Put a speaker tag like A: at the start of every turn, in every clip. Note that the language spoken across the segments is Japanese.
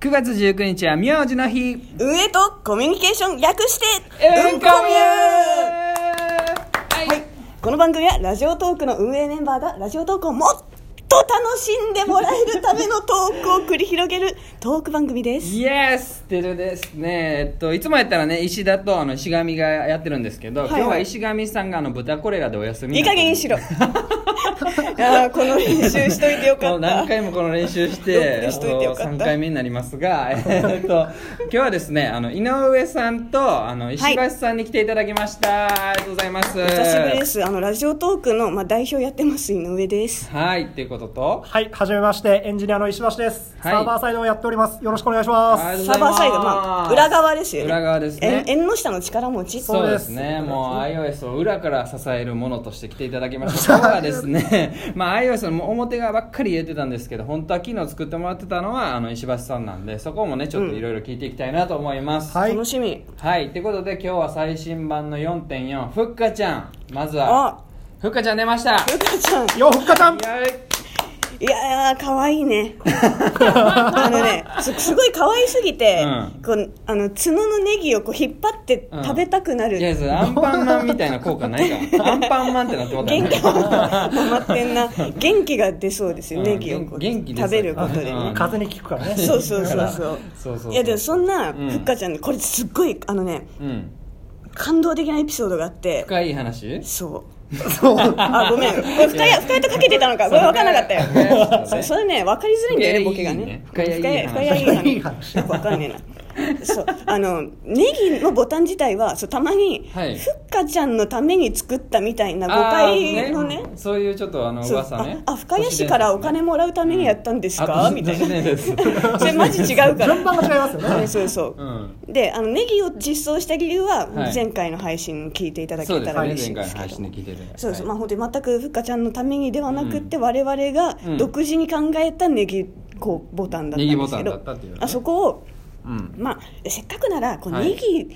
A: 9月19日は名字の日
B: 上とコミュニケーション略して
A: うんこみゅー
B: は
A: はい、
B: いこの番組はラジオトークの運営メンバーがラジオトークをもっと楽しんでもらえるためのトークを繰り広げるトーク番組です
A: イエスってるですねえっといつもやったらね石田とあの石神がやってるんですけど、
B: はいはい
A: 今日は石神さんがあの豚コレラでお休み
B: いい加減にしろいやーこの練習しといてよ
A: も
B: か
A: う
B: っ
A: 何
B: た
A: 回もこの練習 し
B: 録
A: て
B: 音しといてよかった
A: 3回目になりますが、 えーっと今日はですねあの井上さんとあの石橋さんに来ていただきました、ありがとうございます
B: 久しぶりですあのラジオトークの、まあ、代表やってます井上です
A: はいっていうことと
C: はい、はじめまして、エンジニアの石橋です。
A: はい
C: サーバーサイドをやっております。よろしくお願いします。
A: あり
B: サーバーサイド、まあ、裏側ですよね
A: 裏側ですね
B: え縁の下の力持ち
A: そうです
C: そうで
A: ね
C: す
A: もう iOS を裏から支えるものとして来ていただきました今日はですね、まあ、iOS の表側ばっかり言えてたんですけど本当は機能作ってもらってたのはあの石橋さんなんでそこもねちょっといろいろ聞いていきたいなと思います、
C: はい
B: 楽しみ
A: はい、ってことで今日は最新版の4.4ふっかちゃんまずは
B: あ
A: ふっかちゃん出ました
B: ふかちゃん
C: よ、ふっかちゃん
A: い。や
B: いやー可愛いねあのねすすごい可愛すぎて、
A: うん
B: こうあの角のネギをこう引っ張って
A: うん
B: 食べたくなる、
A: いやそれアンパンマンみたいな効果ないかアンパンマンってなってもったよ
B: 元気
A: ね
B: が回ってんな元気が出そうですよ、
A: うん
B: ネギをこう
A: 元気出そう
B: 食べることでね、
A: うん
C: 風に効くからね。
B: そうそう
A: だか
B: そう
A: ら
B: そう
A: そうそうそう
B: いやでもそんな
A: うん
B: ふっかちゃん、これすっごいあのね
A: うん
B: 感動的なエピソードがあって
A: 深い話
B: そうあごめんこれ二重二重とかけてたのかこれ分からなかった
A: 深い
B: よ
A: 話だ
B: そう
A: ね
B: それね分かりづらいんだよねボケがね
A: 深谷いいね
B: 深
A: 深
B: 谷
A: 谷
B: い
A: い
B: い
A: い
B: 話
C: いい話
B: よくわかんねえなそうあのネギのボタン自体はそうたまに、
A: はい
B: ふっかちゃんのために作ったみたいな誤
A: あ
B: 解
A: ー
B: のね
A: そういうちょっとあの
B: そう
A: 噂ね
B: ああ深谷市からお金もらうためにやったんですか、みたいな
A: な
B: それマジ違うから
C: 順番が違いますよ
B: そう
C: ね。
B: そうそうう、
A: ん
B: であのネギを実装した理由は
A: はい
B: 前回の配信聞いていただ
A: そ
B: け
A: うで
B: た
A: す
B: ら
A: ね
B: 嬉しい
A: 前
B: んで
A: 回の
B: すけど
A: 配信で聞いてる
B: そうそう、
A: は
B: まあ本当に全くふっかちゃんのためにではなくって、
A: うん
B: 我々が
A: うん
B: 独自に考えたネギこうボタンだったん
A: ネギ
B: で
A: ボ
B: す
A: タ
B: け
A: ン
B: ど、
A: だったっていうね
B: あそこを、
A: いうん
B: まあ、せっかくならこう
A: はい
B: ネギ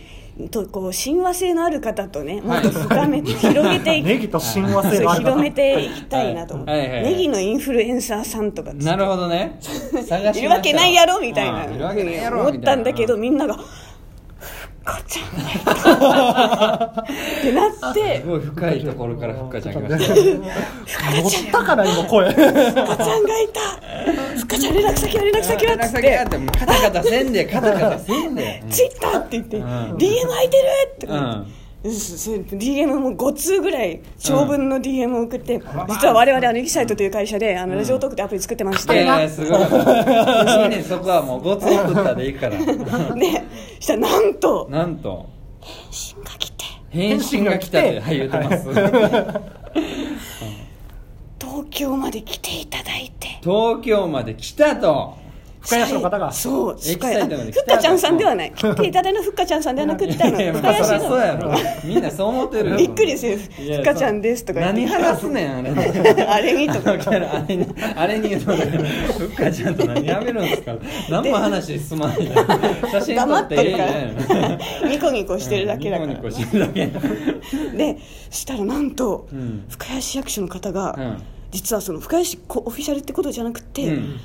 B: とこう親和性のある方とねも
A: は
B: っ
A: い
B: と深めて、広げ てい
C: ネギと親和性
B: そう
C: がある
B: 広め
C: 方。
B: ていきたいなと思って、
A: はいはいはいはい
B: ネギのインフルエンサーさんとかつって
A: なるほどね探しました
B: いるわけないやろみたい
A: うんいるわけないや
B: な
A: ろ
B: 思ったんだけど
A: み
B: みんなが「ふっかち ゃんがいた」ってなって
A: たいなすごい深いところからふっかちゃん来ました
C: 乗ったから今声。
B: ふっかちゃんがいたふっかちゃん連絡先は連絡 先はっ
A: 連絡
B: つっ
A: 先は
B: て
A: ってもうカタカタせんでカタカタせん で
B: ツイッターって言って、
A: うん
B: DM 空いてるって
A: う
B: なって
A: ん。
B: そそれ DM も5通ぐらい長文の DM を送って、実は我々あのエキサイトという会社であのラジオトークってアプリ作ってまし
A: いや
B: て、
A: いやすごいいい ねそこはもうごつ送ったでいいから
B: でしたらなんと
A: なんと
B: 新が来て
A: 返信が来たってはい言ってます
B: 東京まで来ていただいて
A: 東京まで来たと
C: 深谷市の方が。
B: そう
A: エキサイトまで来た
B: あふっかちゃんさんではない来ていただいたのはふっかちゃんさんではなくってあの
A: いやいや
B: 深
A: まあ
B: 谷
A: そりゃ
B: 市
A: そう
B: の
A: やろみんなそう思ってるよ
B: びっくりです
A: いや
B: よふっかちゃんですとか言って
A: 何話すねんあれ
B: あれにとか
A: だからあれにあれに言うとふっかちゃんと何やめるんですか何も話進ま ない写真撮
B: 黙
A: っ
B: って
A: い
B: て
A: い
B: る
A: み
B: か
A: たいな
B: ら ニコニコしてるだけだか
A: ニ
B: ら
A: コニコしてるだけ
B: でしたらなんと、
A: うん
B: 深谷市役所の方が、
A: うん
B: 実はその深谷市こオフィシャルってことじゃなくて、
A: うん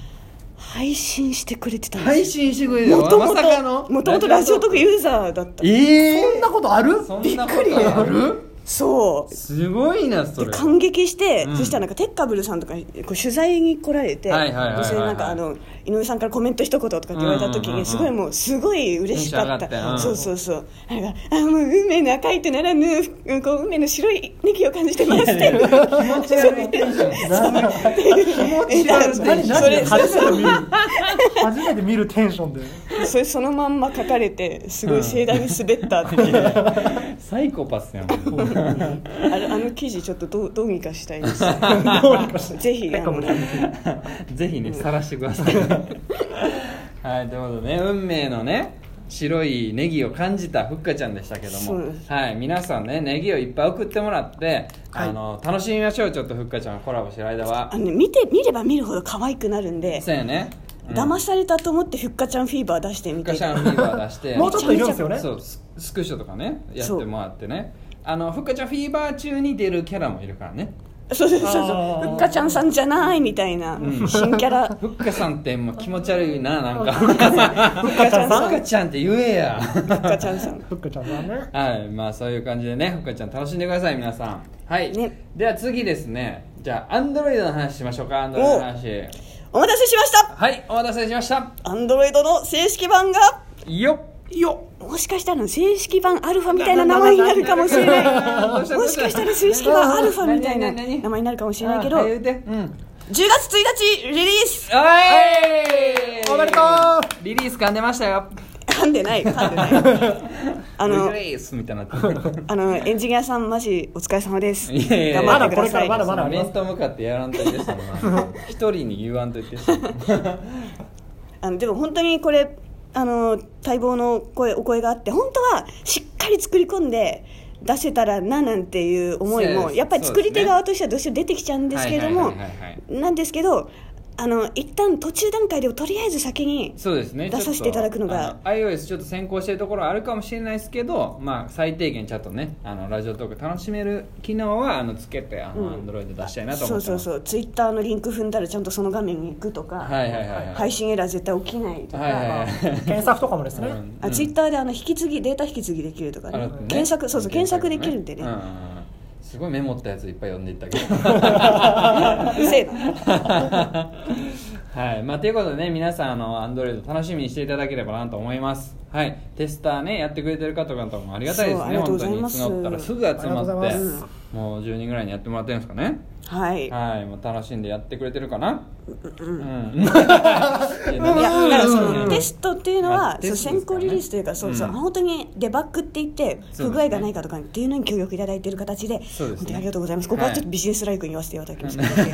B: 配信してくれてたんで
A: 配
B: す
A: 信してくれる
B: も
A: よ
B: と
A: ま
B: も
A: さかの
B: ともともとラジオトークユーザーだった
A: ええ
C: そんなことある
A: そん
C: びっ
A: なこ
C: くり。
A: とある
B: そう
A: すごいなそれ
B: で感激して、
A: うん
B: そしたらなんかテッカブルさんとかこう取材に来られて
A: はいはいはいはいはい
B: それでなんかあの井上さんからコメント一言とかって言われた時
A: うんうんうんう
B: に
A: ん
B: すごいもうすごい嬉しかっ
A: テ
B: た
A: ンション上がって
B: そううんそうそうなんかあもう運命の赤いとならぬうんこう運命の白いネギを感じてますって
A: いやいや気持 ち悪いテンション気持ち悪いテンション
B: それ
C: 初めて見る。初めて見るテンションで。
B: それそのまんま書かれてすごい盛大に滑ったっ ていう、
A: サイコパスやん
B: あれあの記事ちょっとどうどうにかしたいです
C: どうにかして。
B: ぜひあ
C: テッカ
B: の
C: ブルさん
A: ぜひね晒してくだ さいはいということでね運命のね白いネギを感じたふっかちゃんでしたけど
B: そう
A: も
B: です、
A: はい、皆さんねネギをいっぱい送ってもらって、
C: は
A: あ
C: い
A: の楽しみましょうちょっとふっかちゃんコラボしてる間は
B: あのね見て見れば見るほど可愛くなるんで、
A: そうやね、うん、
B: 騙されたと思ってふっかちゃんフィーバー出してみ
A: ふっか
B: て
A: ちゃんのフィーバー出して
C: もうちょっといるんですよね。
A: そうススクショとかねやっ
B: そう
A: てもらってねあのふっかちゃんフィーバー中に出るキャラもいるからね
B: そうそうそう
C: あ
B: そう
C: ー
B: ふっかちゃんさんじゃないみたいな、
A: ん
B: 新キャラ
A: ふっかさんってもう気持ち悪いななんかふ
C: ふっかちゃんさ
A: っ
C: ん
A: かちゃんって言えや
B: ふっかちゃんさん
C: ふっかちゃんさんね
A: はいまあそういう感じでねふっかちゃん楽しんでください皆さんはい、
B: ね
A: では次ですねじゃあアンドロイドの話しましょうかアンドロイドの話
B: お待たせしました
A: はいお待たせしました
B: アンドロイドの正式版が
A: よっよっ
B: もしかしたら正式版アルファみたいな名前になるかもしれないもしかしたら正式版アルファみたいな名前になるかもしれないけど
A: あ言
B: 10
A: うてうん
B: 月1日リリース
A: はい
C: おめでと
A: うリリース感出ましたよ
B: 噛んでない噛んでないあの
A: リリースみたいにな ってる
B: あのエンジニアさんマジお疲れ様です
A: いやいやいや
B: 頑張ってください
C: まだこれから
A: まだ
C: まだまだ
A: 面と向かってやらんといてその 一人に言わんといてその
B: あのでも本当にこれあの待望の声お声があって本当はしっかり作り込んで出せたらななんていう思い
A: そう
B: も
A: です
B: やっぱり作り手
A: そうですね
B: 側としてはどうしても出てきちゃうんですけれど
A: は
B: も
A: いはいはいはい
B: なんですけどあの一旦途中段階でとりあえず先に
A: そうですね
B: 出させていただくのが
A: ちょっとあの iOS ちょっと先行してるところはあるかもしれないですけど、まあ、最低限ちゃんとねあのラジオトーク楽しめる機能はあのつけてあの、
B: うん
A: Android 出したいなと思って
B: そ
A: ま
B: う
A: す
B: そうそうツイッターのリンク踏んだらちゃんとその画面に行くとか、
A: はいはいはいはい
B: 配信エラー絶対起きないとか、
A: はいはいはい
C: 検索とかもですね
A: うん
B: あツイッターであの引き継ぎデータ引き継ぎできるとか、
A: あ
B: ね
A: るね
B: 検索そうそう検索できるんでね、
A: ううんうんすごいメモったやついっぱい読んでいったけど
B: うる せえな
A: はいまあということでね皆さんあの Android 楽しみにしていただければなと思いますはいテスターねやってくれてる方々もありがたいです
B: そうあ
A: ね
B: りがと
A: 本当
B: うござい
A: に
B: ます
A: 募ったらすぐ集ま
C: あり
A: っ
C: がとうござい
A: て
C: ま
A: もう10人ぐらいにやってもらってるんですかね
B: はい
A: はいもう楽しんでやってくれてるかなうん
B: いやだからそ
A: うん
B: のテストっていうの
A: まあ
B: は、
A: テ
B: そう
A: ストです
B: 先
A: から
B: 行
A: ね
B: リリースというか、そうそう、
A: うん
B: 本当にデバッグって言って、
A: すね
B: 不具合がないかとかっていうのに協力いただいている形で、
A: そうですね
B: 本当にありがとうございます、ここはちょっとビジネスライクに言わせていただきま すので、うん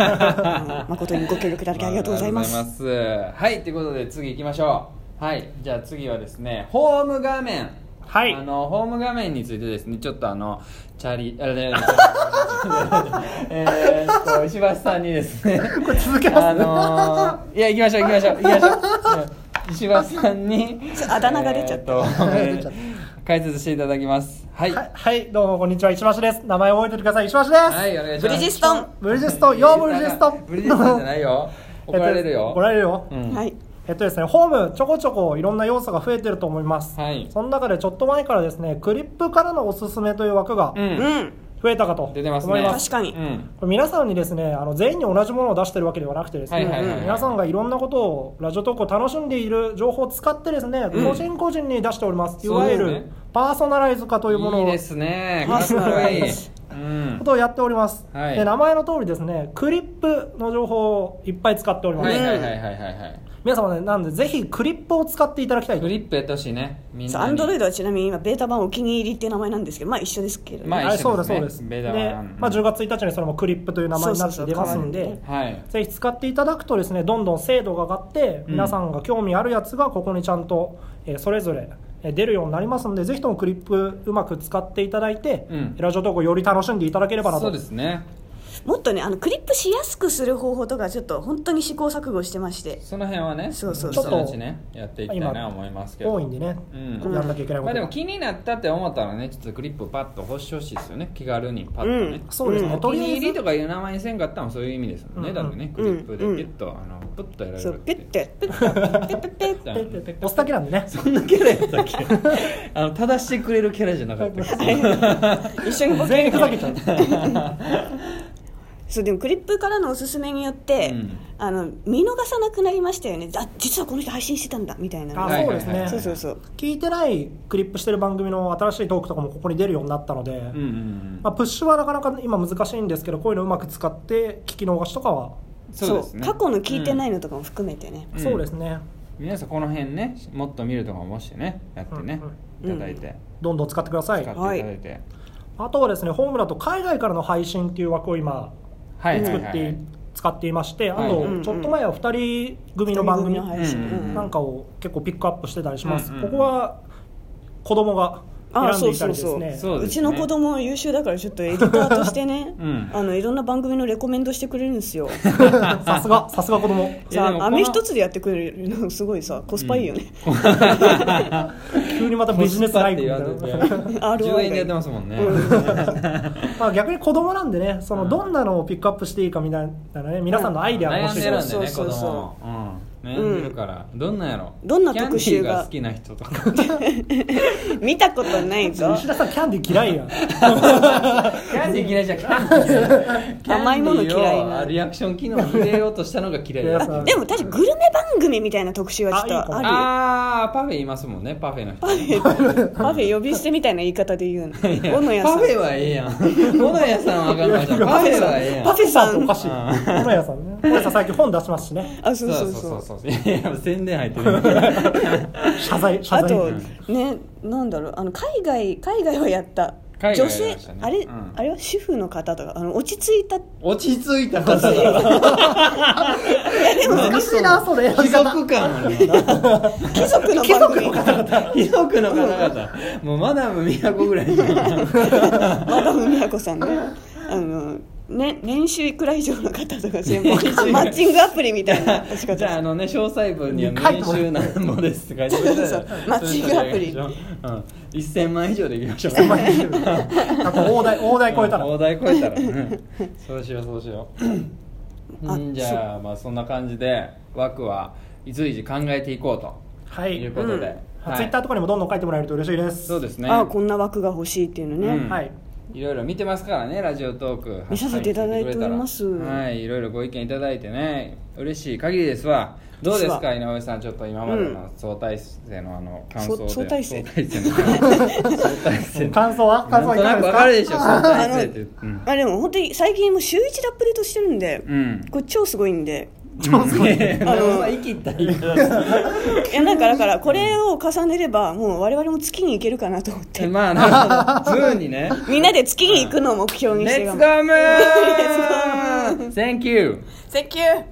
B: 誠にご協力いただきありがとうございます。
A: ありがとうございますはいということで次行きましょうはいじゃあ次はですねホーム画面
C: はい
A: あのホーム画面についてですねちょっとあのチャリあ れえーっと石橋さんにですね
C: これ続けます
A: あのーいや行きましょう行きましょう行きましょう 石橋さんに
B: ょあだ名が出ちゃった
A: えーと
C: あだ名出ちゃっ
A: 解説していただきますはい
C: は
A: はい
C: はいどうもこんにちは石橋です名前覚えててください石橋です
A: いお願いし
B: ブ
A: ます
B: リヂストン、
C: ブリヂストンよーブリヂストン
A: ブリジストンじゃないよ
C: えっ
A: 怒
C: と
A: られるよ
C: 怒られるよ
A: うん
B: はい、
C: えっとですね、ホームちょこちょこいろんな要素が増えてると思います、
A: はい
C: その中でちょっと前からですねクリップからのおすすめという枠が
A: うん
B: うん、
C: 増えたかと思
A: 出
C: い
A: て
C: ま,、
A: ますすね
B: 確か
A: う
B: に
A: ん
C: これ皆さんにですねあの全員に同じものを出してるわけではなくてですね、
A: はいはいはいはい
C: 皆さんがいろんなことをラジオトークを楽しんでいる情報を使ってですね、
A: うん
C: 個人個人に出しておりますい
A: そう
C: わ
A: で
C: ゆ
A: すね
C: るパーソナライズ化というもの
A: い
C: を
A: ですねか
B: パ
A: っ
B: ーソナ
A: こ
B: ラ
A: いい
B: イ
A: うん
C: ことをやっております、
A: はい
C: で名前の通りですねクリップの情報をいっぱい使っております、
A: はいはいはいはいはいはい
C: 皆様ねなんでぜひクリップを使っていただきたいと
A: グリップやってほしいねみん
B: そう
A: な
B: アンドロ
A: ド
B: イドはちなみに今、ベータ版お気に入りっていう名前なんですけど、まあ一緒ですけれど、
A: まあ
B: ね
A: 一緒
C: はい、そう
A: で
C: ですす
A: ね
C: そうで
A: ベ
C: すで
A: ダはうん
C: まあ、10月1日にそれもクリップという名前になっ
B: そ
C: て
B: うそうそ
C: 出
B: う
C: ますん
B: 変わる
C: で
B: ん
A: はい
C: ぜひ使っていただくとですねどんどん精度が上がって
A: うん
C: 皆さんが興味あるやつがここにちゃんと、えーそれぞれえー出るようになりますのでぜひともクリップうまく使っていただいて、
A: うん
C: ラジオ投稿より楽しんでいただければな
A: そ
C: と
A: うですね
B: もっとねあの、クリップしやすくする方法とか、ちょっと本当に試行錯誤してまして、
A: その辺はね
B: そうそう
A: ちょ
B: そう
A: っとねやっていきたいなと思いますけど
C: 多いんでね、
A: うん
C: やんなきゃいけないこ
A: まあで
C: とが、
A: も気になったって思ったらねちょっとクリップをパッと欲してほしいですよね気軽にパッとね
B: うん
C: そうですね、
A: お
C: と
A: 気
C: りあ
A: に
C: え
A: 入り
C: ず
A: とかいう名前にせんかったのはそういう意味ですもんね
C: うん
A: だってねクリップでピュッとあのプッとやられ
B: そ
A: る
B: う
A: って
B: ペッて、ペッて、ペッて、ペッて。
A: あの ペッ
C: 押すだけなんでね
A: そんなキャラやったっけ あの正してくれるキャラじゃなかったっけ
B: 一緒にボケ
C: 全員ふざけちゃう
B: そうでもクリップからのおすすめによって、
A: うん
B: あの見逃さなくなりましたよねあ実はこの人配信してたんだみたいなの
C: あ
B: が
C: そうですね、
A: はいはいはい
B: そうそうそう
C: 聞いてないクリップしてる番組の新しいトークとかもここに出るようになったので、
A: うんうんうん
C: まあ、プッシュはなかなか今難しいんですけどこういうのをうまく使って聞き逃しとかは、
A: そうですね
B: 過去の聞いてないのとかも含めてね、
A: うん
C: そうですね
A: 皆さんこの辺ねもっと見るとかもしてねやってね、
B: うんうん
A: いただいて、
C: どんどん使ってください
A: 使っていただいて、
C: あとはですねホームだと海外からの配信っていう枠を今
A: はいはい
C: 作
A: は
C: っ
A: い
C: て、
A: はい
C: 使っていましてあ
A: はい
C: と
A: うん
B: うん
C: ちょっと前は2人組の番組
B: 二人組の配信
A: うん
C: なんかを結構ピックアップしてたりします、
A: うんうん
C: ここは子供が
B: あ
C: 選んでいたりですね
B: そうそうそう
A: そう
B: う
A: です
B: ち
A: ね
B: の子供優秀だからちょっとエディターとしてね、
A: うん
B: あのいろんな番組のレコメンドしてくれるんですよ
C: さすがさ すが子供
A: いやでもこの
B: さあメ一つでやってくれるのすごいさコスパいいよね、
C: 急にまたビジネスライクみたい
A: コスパっ
C: な
A: て言わんといて
B: ROI
A: 10円でやってますもんね、
C: まあ逆に子供なんでねそのどんなのをピックアップしていいかみたいなね皆さんのアイデアが
A: 悩
C: 欲
A: ん
C: しい
A: で
C: で
A: る
C: す
A: んでね
B: そ
A: 子
B: うそうそう
A: 供も、うん、悩んでるから、どんなんやろ
B: どんな特集が
A: キャンディーが好きな人とか
B: 見たことないぞ
C: 吉田さんキャンディー嫌いやん
A: キャンディー嫌いじゃんキャンディー嫌い
B: 甘いもの嫌い
A: キャンディー
B: な
A: をリアクション機能に入れようとしたのが嫌い
C: いや
A: だ
C: そう
B: でも確かグルメ番組みたいな特集はちょっとあるよ
A: あーパフェいますもんねパフェの人
B: パフェ呼び捨てみたいな言い方で言うの
A: いや
B: 小野屋さ
A: パ
B: ん
A: フェはええやん小野屋さんは分かんないけどパフェはええやん
C: パフェさんっておかし
A: う
C: い
A: ん
C: 本屋さんね本屋さん最近本出しますしね
B: あそうそうそう
A: そうそういや宣伝入ってる
C: 謝罪謝
B: あ
C: 罪
B: とねなんだろうあの海外海外はやった
A: 海
B: 女
A: 外はや
B: 性
A: りましたね
B: あれ、
A: うん
B: あれは主婦の方とかあの落ち着いた
A: 落ち着いた方だ
C: 難しいなそれ
A: 貴族感あるな
B: 貴族の番組
A: 貴族の方々もうマダム宮子ぐらいじゃん
B: マダム美奈子さんねあのね年収いくら以上の方 とか専門家マッチングアプリみたいな仕方
A: じゃああのね詳細文には
C: 書い
A: 年
C: てもらう
A: 収何もですって書いてくれた
B: そうそう
A: ら
B: マッチングアプリ
A: それでお願いしますうん1000万以上でいきましょう
C: なんか大台大台超えたら
A: うん大台超えたら、 うんそうしようそうしよう
B: あ
A: うんじゃあまあそんな感じで枠は随時考えていこうと
C: はい
A: いうことで、はい
C: ツイッターとかにもどんどん書いてもらえると嬉しいです
A: そうですね
B: あこんな枠が欲しいっていうのね、
A: うん
C: はい
A: いろいろ見てますからねラジオトーク
B: 見させていただいております
A: はいいろいろご意見いただいてね嬉しい限りですわどうです
B: です
A: か
B: わ
A: 井上さんちょっと今まで
B: う
A: の相対性のあの感想で
B: そ相対性
A: 相対性の相対 性
C: 感想は
A: な
C: 感
A: ん
C: 想は
A: と
C: いか
A: な
C: が
A: く
C: です
A: わ
C: か
A: かるでしょ相対性ってうん
B: あでも本当に最近もう週一でアップデートしてるんで、
A: うん
B: これ超すごいんで
A: あ
B: あの
A: の生きっ た言い方です
B: いやなんかだからこれを重ねればもう我々も月に行けるかなと思って
A: ねまあな るほどズーンにね
B: みんなで月に行くのを目標にして
A: レッ
B: 頑
A: ツ
B: 張る
A: ゴームー Thank you
B: Thank you!